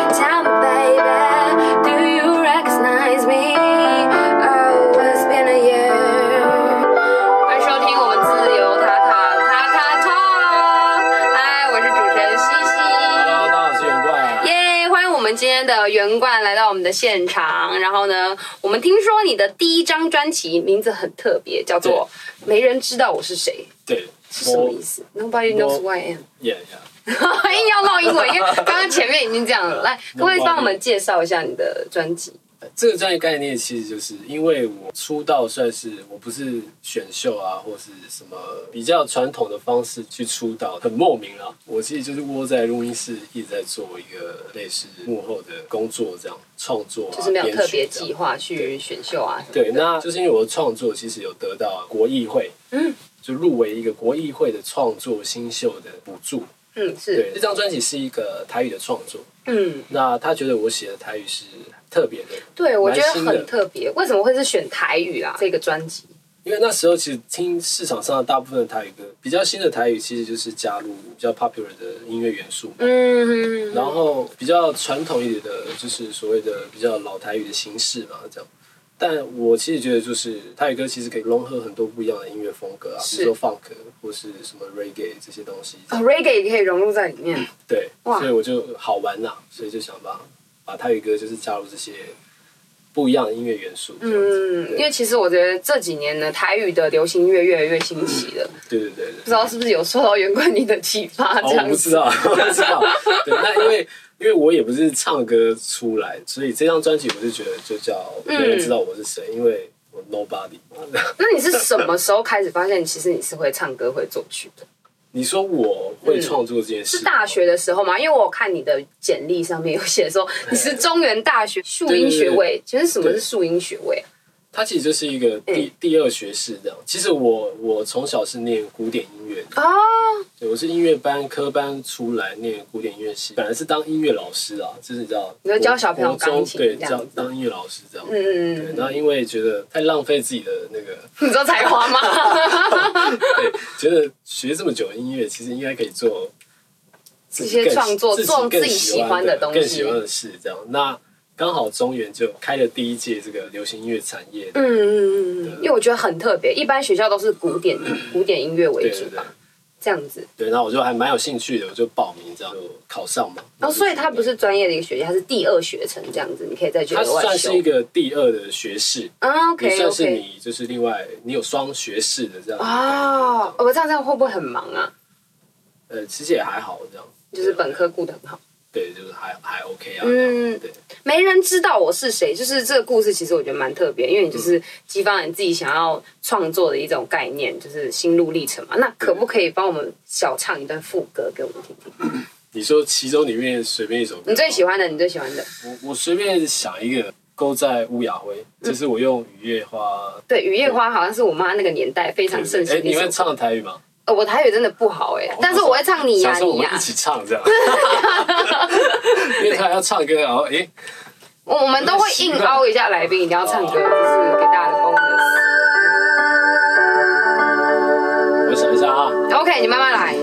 Oh, 个袁冠来到我们的现场，然后呢，我们听说你的第一张专辑名字很特别，叫做《没人知道我是谁》，对，是什么意思？Nobody knows who I am。 Yeah, yeah. 硬要唠英文， 因为刚刚前面已经这样了。来，可不可以 Nobody 帮我们介绍一下你的专辑？这个专业概念其实就是因为我出道算是我不是选秀啊，或是什么比较传统的方式去出道，很莫名啊。我其实就是窝在录音室一直在做一个类似幕后的工作，这样创作、啊、就是没有特编别曲这样计划去选秀啊什么的。对，那就是因为我的创作其实有得到国艺会， 嗯，就入围一个国艺会的创作新秀的补助。嗯，对，是，这张专辑是一个台语的创作，嗯，那他觉得我写的台语是特别的，对，我觉得蛮新的很特别。为什么会是选台语啦？这个专辑，因为那时候其实听市场上的大部分的台语歌，比较新的台语其实就是加入比较 popular 的音乐元素嘛，嗯，然后比较传统一点的，就是所谓的比较老台语的形式嘛，这样。但我其实觉得，就是台语歌其实可以融合很多不一样的音乐风格啊，比是如说 funk 或是什么 reggae 这些东西。哦，reggae 也可以融入在里面。对，哇所以我就好玩呐、所以就想把把台语歌就是加入这些不一样的音乐元素。这样子嗯，因为其实我觉得这几年呢，台语的流行音乐越来越兴起了，对对对对，不知道是不是有受到袁冠你的启发哦，这我样不知子？道， 我不知道。对，那因为因为我也不是唱歌出来，所以这张专辑我就觉得就叫嗯没人知道我是谁，因为我 nobody。 那你是什么时候开始发现其实你是会唱歌、会作曲的？你说我会创作这件事，嗯是大学的时候吗？因为我看你的简历上面有写说你是中原大学树荫学位，其实什么是树荫学位啊？它其实就是一个嗯第、第二学士这样。其实我我从小是念古典音乐的，哦，对，我是音乐班科班出来念古典音乐系，本来是当音乐老师啊，就是你知道，你说教小朋友国中钢琴对，这样教当音乐老师这样。对，嗯，然后因为觉得太浪费自己的那个你知道才华吗？ 对，觉得学这么久的音乐，其实应该可以做自己一些更创作自己做更自己喜欢的东西更喜欢的事。这样，那刚好中原就开了第一届这个流行音乐产业的，嗯嗯嗯嗯，因为我觉得很特别，一般学校都是古典古典音乐为对主对对吧，这样子。对。然后我就还蛮有兴趣的，我就报名，这样就考上嘛。然后，哦所以他不是是专业的一个学校，他是第二学程这样子，你可以再去他额外算修是。一个第二的学士，嗯也，OK 算是 OK。你就是另外你有双学士的这样。哦，我这样这样会不会很忙啊？呃，其实也还好这样。就是本科顾得很好，对，就是还还 OK 啊。嗯嗯，对。没人知道我是谁。就是这个故事，其实我觉得蛮特别，因为你就是激发你自己想要创作的一种概念，就是心路历程嘛。那可不可以帮我们小唱一段副歌给我们听听？你说其中里面随便一首歌，你最喜欢的，你最喜欢的，我我随便想一个，勾在乌雅灰，嗯就是我用雨夜花。对，《雨夜花》好像是我妈那个年代非常盛哎，行的一你首会歌。唱台语吗？呃，我台语真的不好哎，但是我会唱你想呀说我你们呀一。起唱 这样， 因为他要唱歌，然后哎，我我们都会硬凹一下来宾，一定要唱歌，就是给大家的 bonus。我想一下啊， OK，你慢慢来。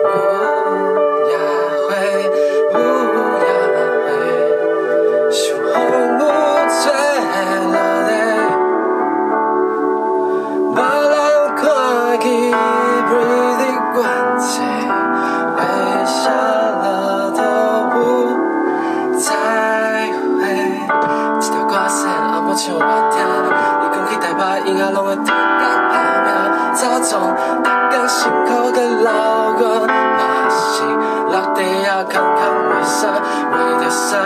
乌鸦灰，乌鸦灰，想予我做落来，别人看见每日关切，为啥了都不再会？这条歌线阿无像我听，你讲去台北，音乐拢会听甲打拼，走总逐工辛苦甲流汗，嘛是落地啊，空空为啥？为着啥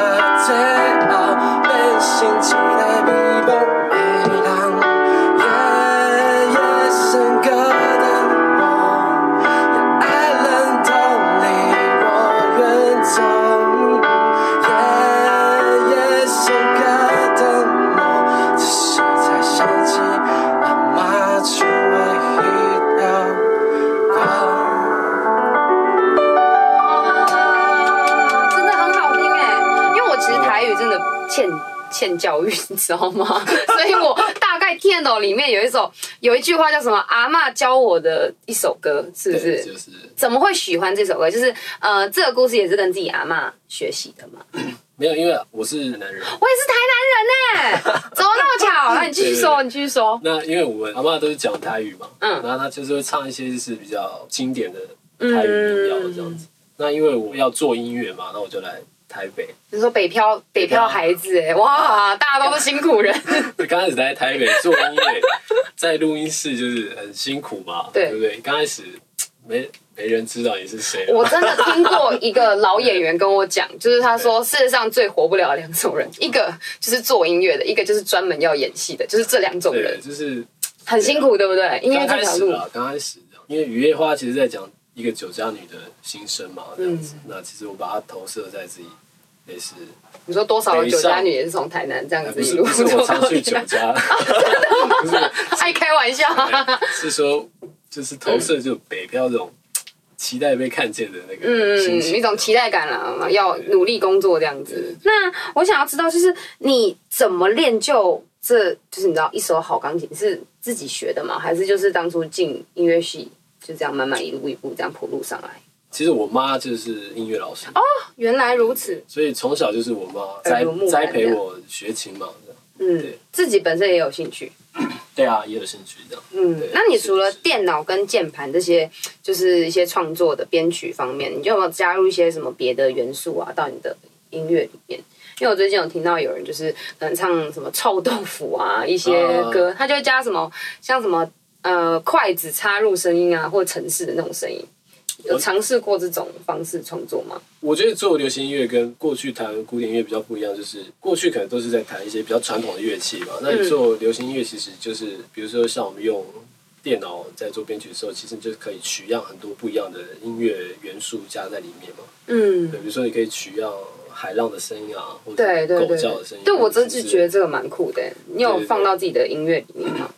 最后变成一个美梦的人？夜夜笙歌的我，也爱人都离我远走。夜夜笙歌的我，只是才想起阿妈煮的迄条歌。哇真的很好听哎，因为我其实台语真的欠欠教育，你知道 吗？所以我大概听得懂里面有一首有一句话叫什么“阿嬷教我的一首歌”，是不对是？就是怎么会喜欢这首歌？就是呃，这个故事也是跟自己阿嬷学习的嘛。没有，因为我是男人，我也是台南人 哎、怎么那么巧？那你继续说，你继续说。那因为我们阿妈都是讲台语嘛，嗯然后她就是会唱一些就是比较经典的台语民谣这样子。那因为我要做音乐嘛，那我就来台北。你说北漂北漂孩子哎、哇，大家都是辛苦人， 刚开始在台北做音乐，在录音室就是很辛苦嘛，对不对？刚开始没没人知道你是谁啊，我真的听过一个老演员跟我讲，就是他说世界上最活不了的两种人，一个就是做音乐的，一个就是专门要演戏的，就是这两种对，人就是很辛苦，对不对？音乐刚这开条始啊路，啦，刚开始这样，因为雨夜花其实在讲一个酒家女的心声嘛，这样子。嗯那其实我把它投射在自己，也是，你说多少的酒家女也是从台南这样子哎不一是路不是我做常到去现 酒在，家， 不是爱哎开玩笑，是说就是投射就北漂这种期待被看见的那个嗯，心情，一种期待感啦，要努力工作这样子。那我想要知道，就是你怎么练就这，就是你知道一手好钢琴是自己学的吗？还是就是当初进音乐系就这样慢慢一步一步这样铺路上来？其实我妈就是音乐老师，原来如此，所以从小就是我妈哦耳栽濡目染栽这培样我学琴嘛，这样嗯对，自己本身也有兴趣，对啊，也有兴趣这样。嗯对，那你是除了是电脑跟键盘这些，就是一些创作的编曲方面，你就有没有加入一些什么别的元素啊到你的音乐里面？因为我最近有听到有人就是可能唱什么臭豆腐啊一些啊歌，他就会加什么像什么呃筷子插入声音啊，或城市的那种声音。有我尝试过这种方式创作吗？我觉得做流行音乐跟过去弹古典音乐比较不一样，就是过去可能都是在弹一些比较传统的乐器嘛。嗯那你做流行音乐，其实就是比如说像我们用电脑在做编曲的时候，其实你就可以取样很多不一样的音乐元素加在里面嘛。嗯对，，比如说你可以取样海浪的声音啊，或对者对狗对叫的声音。对我真是是觉得这个蛮酷的。你有对对放到自己的音乐里面吗？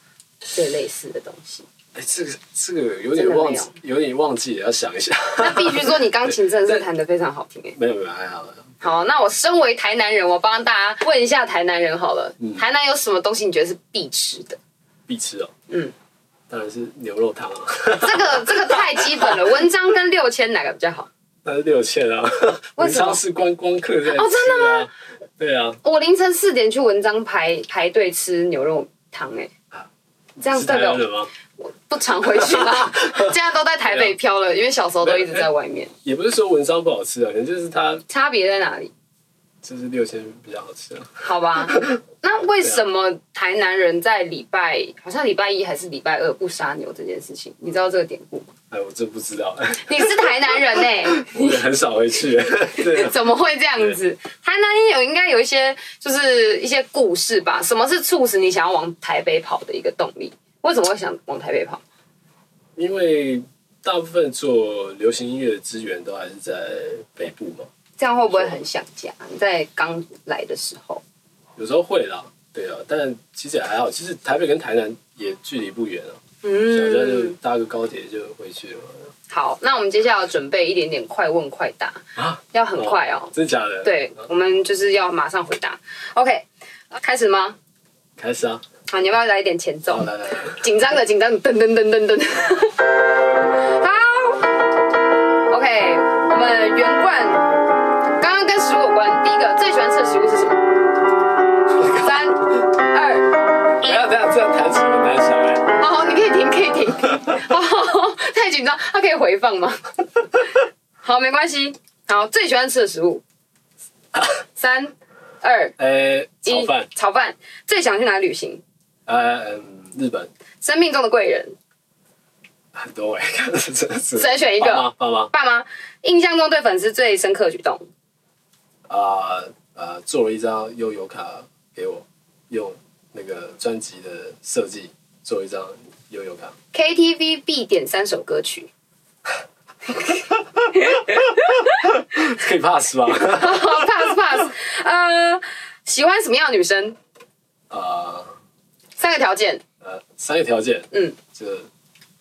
这类似的东西？哎，这个这个有真的点没有忘记，有点忘记了，要想一 下。那必须说你钢琴真的是弹得非常好听诶。欸没有没有，还好。好，那我身为台南人，我帮大家问一下台南人好了，嗯台南有什么东西你觉得是必吃的？必吃哦，嗯，当然是牛肉汤啊， 这个这个太基本了。文章跟六千哪个比较好？但是六千 啊，文什么昌是观光客在、啊、哦真的吗？对啊，我凌晨四点去文章排排队吃牛肉汤诶、啊这样是代台表湾人吗？不常回 去啦，现在都在台北漂啊了，因为小时候都一直在外面。也不是说文章不好吃啊，可能就是它差别在哪里？就是六千比较好吃啊。好吧，那为什么台南人在礼拜好像礼拜一还是礼拜二不杀牛这件事情？你知道这个典故吗？哎，我真不知 道，你是台南人呢、欸我也很少回去。 对啊，怎么会这样子？台南有应该有一些就是一些故事吧？什么是促使你想要往台北跑的一个动力？为什么会想往台北跑？因为大部分做流行音乐的资源都还是在北部嘛，这样会不会很想家？你在刚来的时候，有时候会啦，对啊，但其实也还好。其实台北跟台南也距离不远啊，小家就嗯，搭个高铁就回去了嘛。好，那我们接下来准备一点点快问快答，啊，要很快哦。真假的？对，我们就是要马上回答。OK，开始吗？开始啊，好，你要不要来一点前奏好？来来来，紧张的，紧张的，噔噔噔噔噔。 好，OK，我们圆冠，刚刚跟食物有关。第一个最喜欢吃的食物是什么？三二，不要这样这样弹琴很难想哎。好，你可以停，可以停。 哦，太紧张，它可以回放吗？好，没关系。好，最喜欢吃的食物，三二呃，一炒，饭，炒饭。最想去哪里旅行？呃，嗯日本生命中的贵人，很多哎，看这这这随选一爸妈个。爸妈爸妈印象中对粉丝最深刻的举动，啊啊，做了一张悠游卡给我，用那个专辑的设计做一张悠游卡。 KTV 必点三首歌曲， 可以 pass 吗？ pass pass。呃，喜欢什么样的女生？啊三个条件：呃，三个条件，嗯，这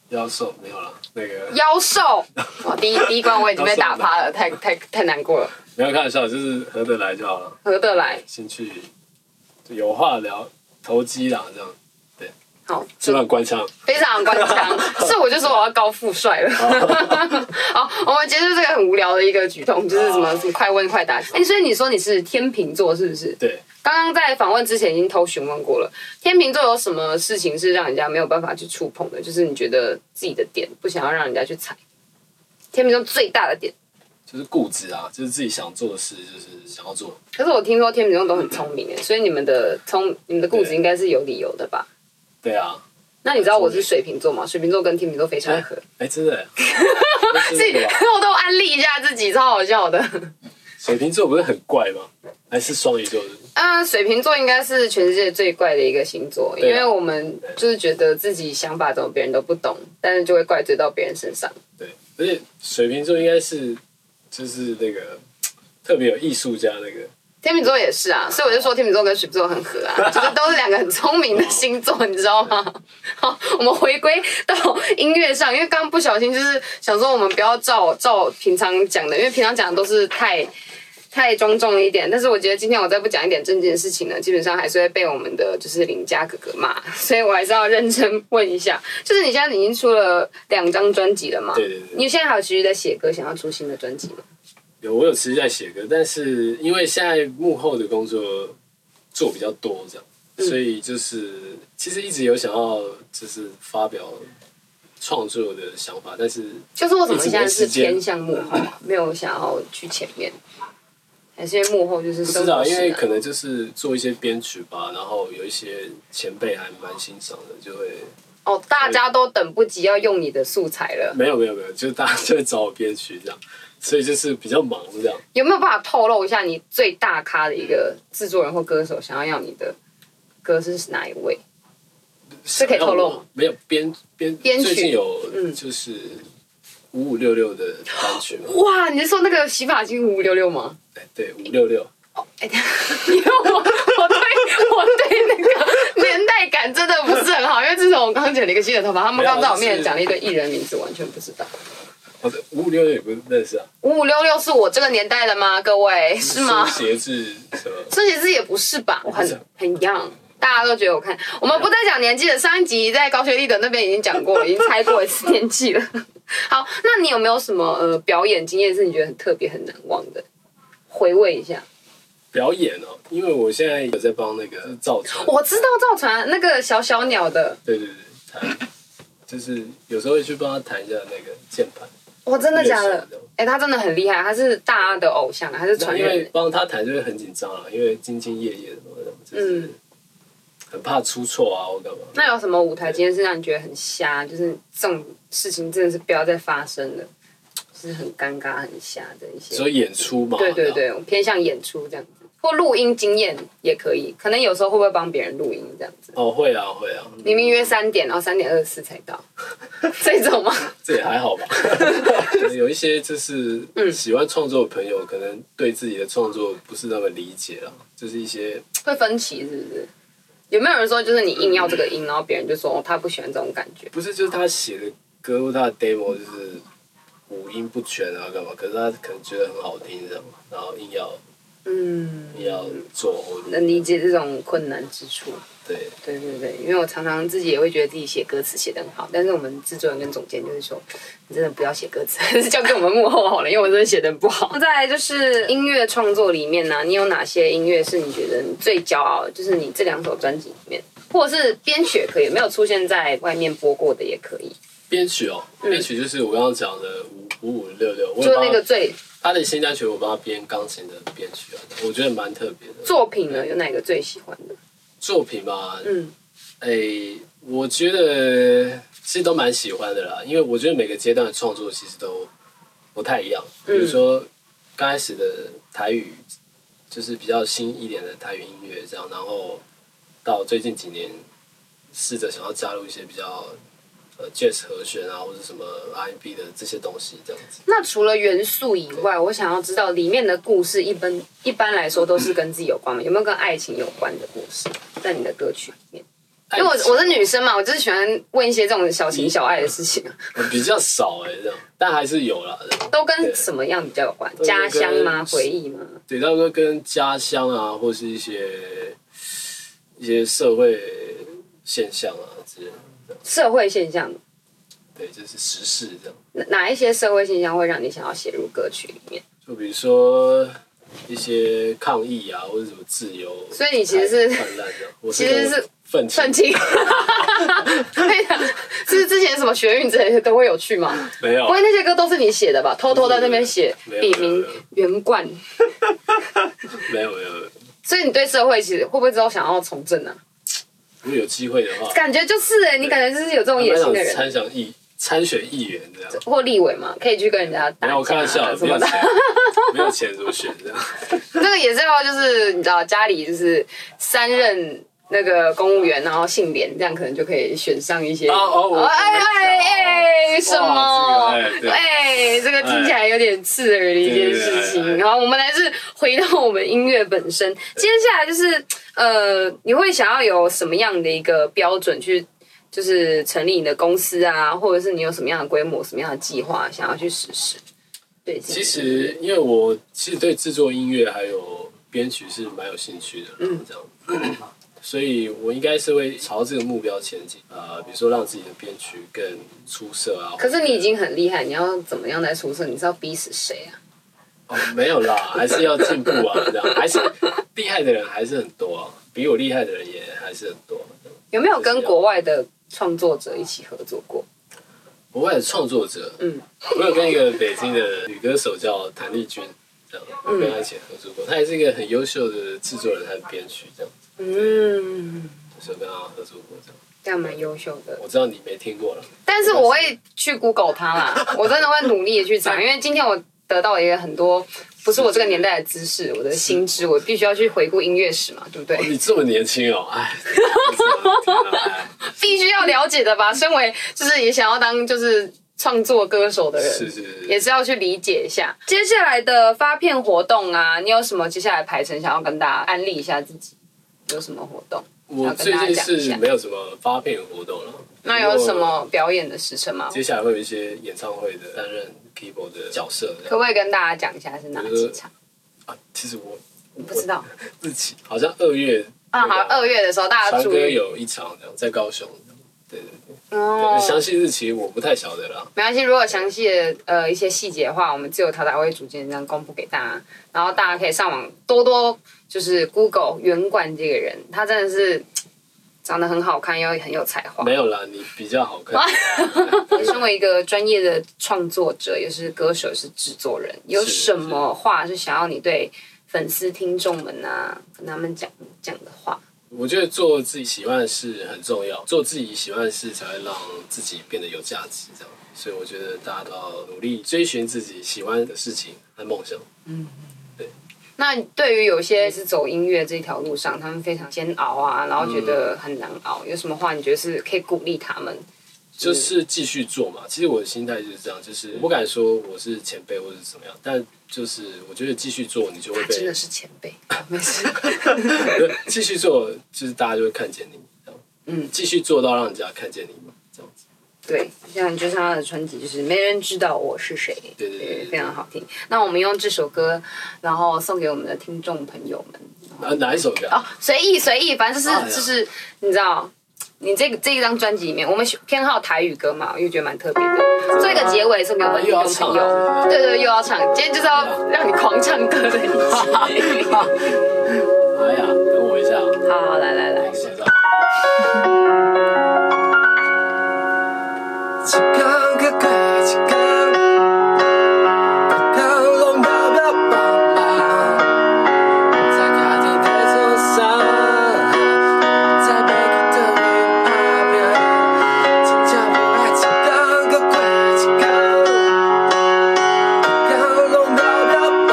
要瘦没有了，那个腰瘦。哇，哦第一第一关我已经被打趴了，太太太难过了。没有开玩笑，就是合得来就好了。合得来，先去就有话聊，投机啦，这样好，是不是很官腔？非常官腔。是我就说我要高富帅了。 好，我们结束这个很无聊的一个举动，就是什么什么快问快答。哎、所以你说你是天秤座是不是？对，刚刚在访问之前已经偷询问过了，天秤座有什么事情是让人家没有办法去触碰的？就是你觉得自己的点不想要让人家去踩。天秤座最大的点就是固执啊，就是自己想做的事，就是想要做。可是我听说天秤座都很聪明诶，所以你们的聪、你们的固执应该是有理由的吧？对啊，那你知道我是水瓶座吗？水瓶座跟天秤座非常合，哎、真的哎耶，自己啊 我都安利一下自己，超好笑 的。水瓶座不是很怪吗？还是双鱼座的？嗯，水瓶座应该是全世界最怪的一个星座，因对啊为我们就是觉得自己想法怎么别人都不懂，但是就会怪罪到别人身上。对，而且水瓶座应该是就是那个特别有艺术家那个，天秤座也是啊，所以我就说天秤座跟水瓶座很合 啊，就是都是两个很聪明的星座，你知道吗？ 好，我们回归到音乐上，因为刚刚不小心就是想说我们不要照照平常讲的，因为平常讲的都是太太庄重一点，但是我觉得今天我再不讲一点正经的事情呢，基本上还是会被我们的就是邻家哥哥骂， 所以我还是要认真问一下，就是你现在已经出了两张专辑了嘛？对对对你现在还有持续在写歌，想要出新的专辑吗？有我有持续在写歌，但是因为现在幕后的工作做比较多，这样，所以就是其实一直有想要就是发表创作的想法，但是就是为什么现在是一直没时间偏向幕后，没有想要去前面，还是因为幕后就是啊不生知活道，使因然为可能就是做一些编曲吧，然后有一些前辈还蛮欣赏的，就会哦，大家都等不及要用你的素材了，没有没有没有，就是大家就会找我编曲这样，所以就是比较忙这样。有没有办法透露一下你最大咖的一个制作人或歌手想要要你的歌是哪一位？是可以透露吗？没有编编编曲最近有嗯就是五五六六的单曲嘛，哇，你是说那个洗发精五五六六吗？哎对五六六，哎、等一下因为我我对我对那个年代感真的不是很好，因为自从我刚剪了一个新的头发，他们刚在我面前讲了一堆艺人名字，完全不知道。哦对五五六六也不认识啊，五五六六是我这个年代的吗？各位嗯是吗？苏协志什么？这其实也不是啊吧，我很很 young。大家都觉得我看，我们不再讲年纪了。上一集在高学历的那边已经讲过了，已经猜过一次年纪了。 好，那你有没有什么呃表演经验是你觉得很特别、很难忘的？回味一下。表演哦，因为我现在有在帮那个赵传，我知道赵传那个小小鸟的，对对对，弹就是有时候会去帮他弹一下那个键盘。我真的假乐的手的？哎、他真的很厉害，他是大家的偶像，他是那传因为人。帮他弹就会很紧张啊，因为兢兢业业的嘛，就是嗯很怕出错啊或干嘛。那有什么舞台经验是让你觉得很瞎？就是这种事情真的是不要再发生了，就是很尴尬、很瞎的一些。所以演出嘛，对对这样，对，我偏向演出这样子，或录音经验也可以。可能有时候会不会帮别人录音这样子？哦会啊会啊，明明约三点，然后三点二十四才到， 这种吗？这也还好 吧。可能有一些就是嗯喜欢创作的朋友，可能对自己的创作不是那么理解啊，就是一些会分歧是不是？有没有人说就是你硬要这个音，然后别人就说、哦、他不喜欢这种感觉？不是就是他写的歌或他的 demo 就是五音不全啊干嘛，可是他可能觉得很好听这样，然后硬要嗯，硬要做或者能理解这种困难之处。对对对对，因为我常常自己也会觉得自己写歌词写得很好，但是我们制作人跟总监就是说，你真的不要写歌词， 还是交给我们幕后好了，因为我真的写得不好。 再来就是音乐创作里面呢、你有哪些音乐是你觉得你最骄傲的？就是你这两首专辑里面，或者是编曲也可以，没有出现在外面播过的也可以，编曲哦，编曲就是我刚刚讲的五五五六六，我就有嗯那帮个最他的新单曲，我帮他编钢琴的编曲啊，我觉得蛮特别的。作品呢，有哪个最喜欢的？作品嘛，嗯，哎、我觉得其实都蛮喜欢的啦，因为我觉得每个阶段的创作其实都不太一样。比嗯如说刚开始的台语，就是比较新一点的台语音乐这样，然后到最近几年试着想要加入一些比较呃 jazz 和弦啊，或者什么 R&B 的这些东西这样子。那除了元素以外，我想要知道里面的故事，一般一般来说都是跟自己有关吗？有没有跟爱情有关的故事在你的歌曲里面？因为我我是女生嘛，我就是喜欢问一些这种小情小爱的事情，啊比较少哎、这样，但还是有啦。都跟什么样比较有关？跟家乡吗？回忆吗？对，大哥跟家乡啊，或是一些一些社会现象啊之类的，社会现象，对，就是时事这样。哪哪一些社会现象会让你想要写入歌曲里面？就比如说一些抗议啊，或者什么自由，所以你其实是泛滥的，我其实是是个愤愤青， 青，对的，是之前什么学运之类的都会有去吗？没有不会那些歌都是你写的吧？偷偷在那边写哦没有笔名袁冠，没有没有，没有所以你对社会其实会不会之后想要从政呢、啊如果有机会的话，感觉就是哎、你感觉就是有这种野蛮心的想人，参选议参选议员这样。或立委嘛，可以去跟人家打没有，我开玩架笑啊的，什没有么的。钱，没有钱怎么选这样？ 这个也是要就是你知道家里就是三任那个公务员，然后姓连，这样可能就可以选上一些。哦哦我哎哎哎，什么哇这？个哎哎，这个听起来有点刺耳的一件事对对对情。对然后我们还是回到我们音乐本身，接下来就是呃，你会想要有什么样的一个标准去？就是成立你的公司啊，或者是你有什么样的规模、什么样的计划想要去实施？对，其实因为我其实对制作音乐还有编曲是蛮有兴趣的，嗯，这样。 所以我应该是会朝这个目标前进，呃，比如说让自己的编曲更出色啊。可是你已经很厉害，你要怎么样来出色？你是要逼死谁啊？哦，没有啦， 还是要进步啊，这样还是厉害的人还是很多、啊，比我厉害的人也还是很多、这样有没有跟国外的创作者一起合作过？国外的创作者，嗯，我有跟一个北京的女歌手叫谭丽君，这样我跟她一起合作过，她也是一个很优秀的制作人和编曲，这样就是有嗯，跟她合作过这样。这样蛮优秀的。我知道你没听过了，但是我会去 Google 他 啦，我真的会努力的去找，因为今天我得到也很多不是我这个年代的知识，我的新知，我必须要去回顾音乐史嘛，对不对？你这么年轻哦， 哎，真是我的天啊哎必须要了解的吧。身为就是也想要当就是创作歌手的人，是是是也是，是要去理解一下。接下来的发片活动啊，你有什么接下来排程想要跟大家安利一下自己？有什么活动？我最近是没有什么发片活动了。那有什？么表演的时辰吗？接下来会有一些演唱会的担任 keyboard 的角色这样，可不可以跟大家讲一下是哪几场？啊，其实我不知道日期好像二月啊，好，那个二月的时候大家传注歌意有一场这样，在高雄这样。对对对，哦。详细日期我不太晓得啦。没关系，如果详细的呃一些细节的话，我们自由淘汰会逐渐这样公布给大家，然后大家可以上网多多就是 Google 圆管这个人，他真的是长得很好看，又很有才华。没有啦，你比较好 看。身为一个专业的创作者，也是歌手，也是制作人，有什么话是想要你对粉丝、听众们啊，跟他们讲讲的话？我觉得做自己喜欢的事很重要，做自己喜欢的事才会让自己变得有价值。这样，所以我觉得大家都要努力追寻自己喜欢的事情和梦想。那对于有嗯些是走音乐这条路上，他们非常煎熬啊，然后觉嗯得很难熬，有什么话你觉得是可以鼓励他们？就是继续做嘛。其实我的心态就是这样，就是我不敢说我是前辈或者是怎么样，但就是我觉得继续做，你就会他真被的是前辈，哦没事。 继续做，就是大家就会看见你。这样，嗯继续做到让人家看见你嘛，这样子。对，像就像他的专辑，就是没人知道我是谁，对对对对对非常好听。那我们用这首歌，然后送给我们的听众朋友们。啊，哪一首歌啊？哦，随意随意，反正就是、哎呀就是你知道，你这个这一张专辑里面，我们喜偏好台语歌嘛，我就觉得蛮特别的。做一个结尾送给我们又要听众唱朋友，啊。对对，又要唱，今天就是要让你狂唱歌的一集。 哎呀，等我一下啊，好好，来来来等一，下。一天个过一天，每天拢摇摇晃晃，不知家己在做啥，不知要去倒位打拼，真正无爱。一天个过一天，每天拢摇摇晃晃，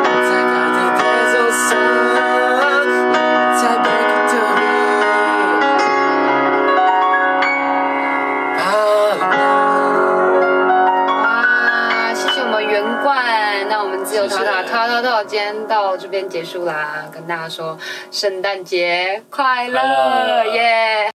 不知家己在做啥，不知要去倒位。哇，啊谢谢我们圆冠，那我们自由淘淘谢谢淘淘淘，今天到这边结束啦，跟大家说圣诞节快快乐乐耶！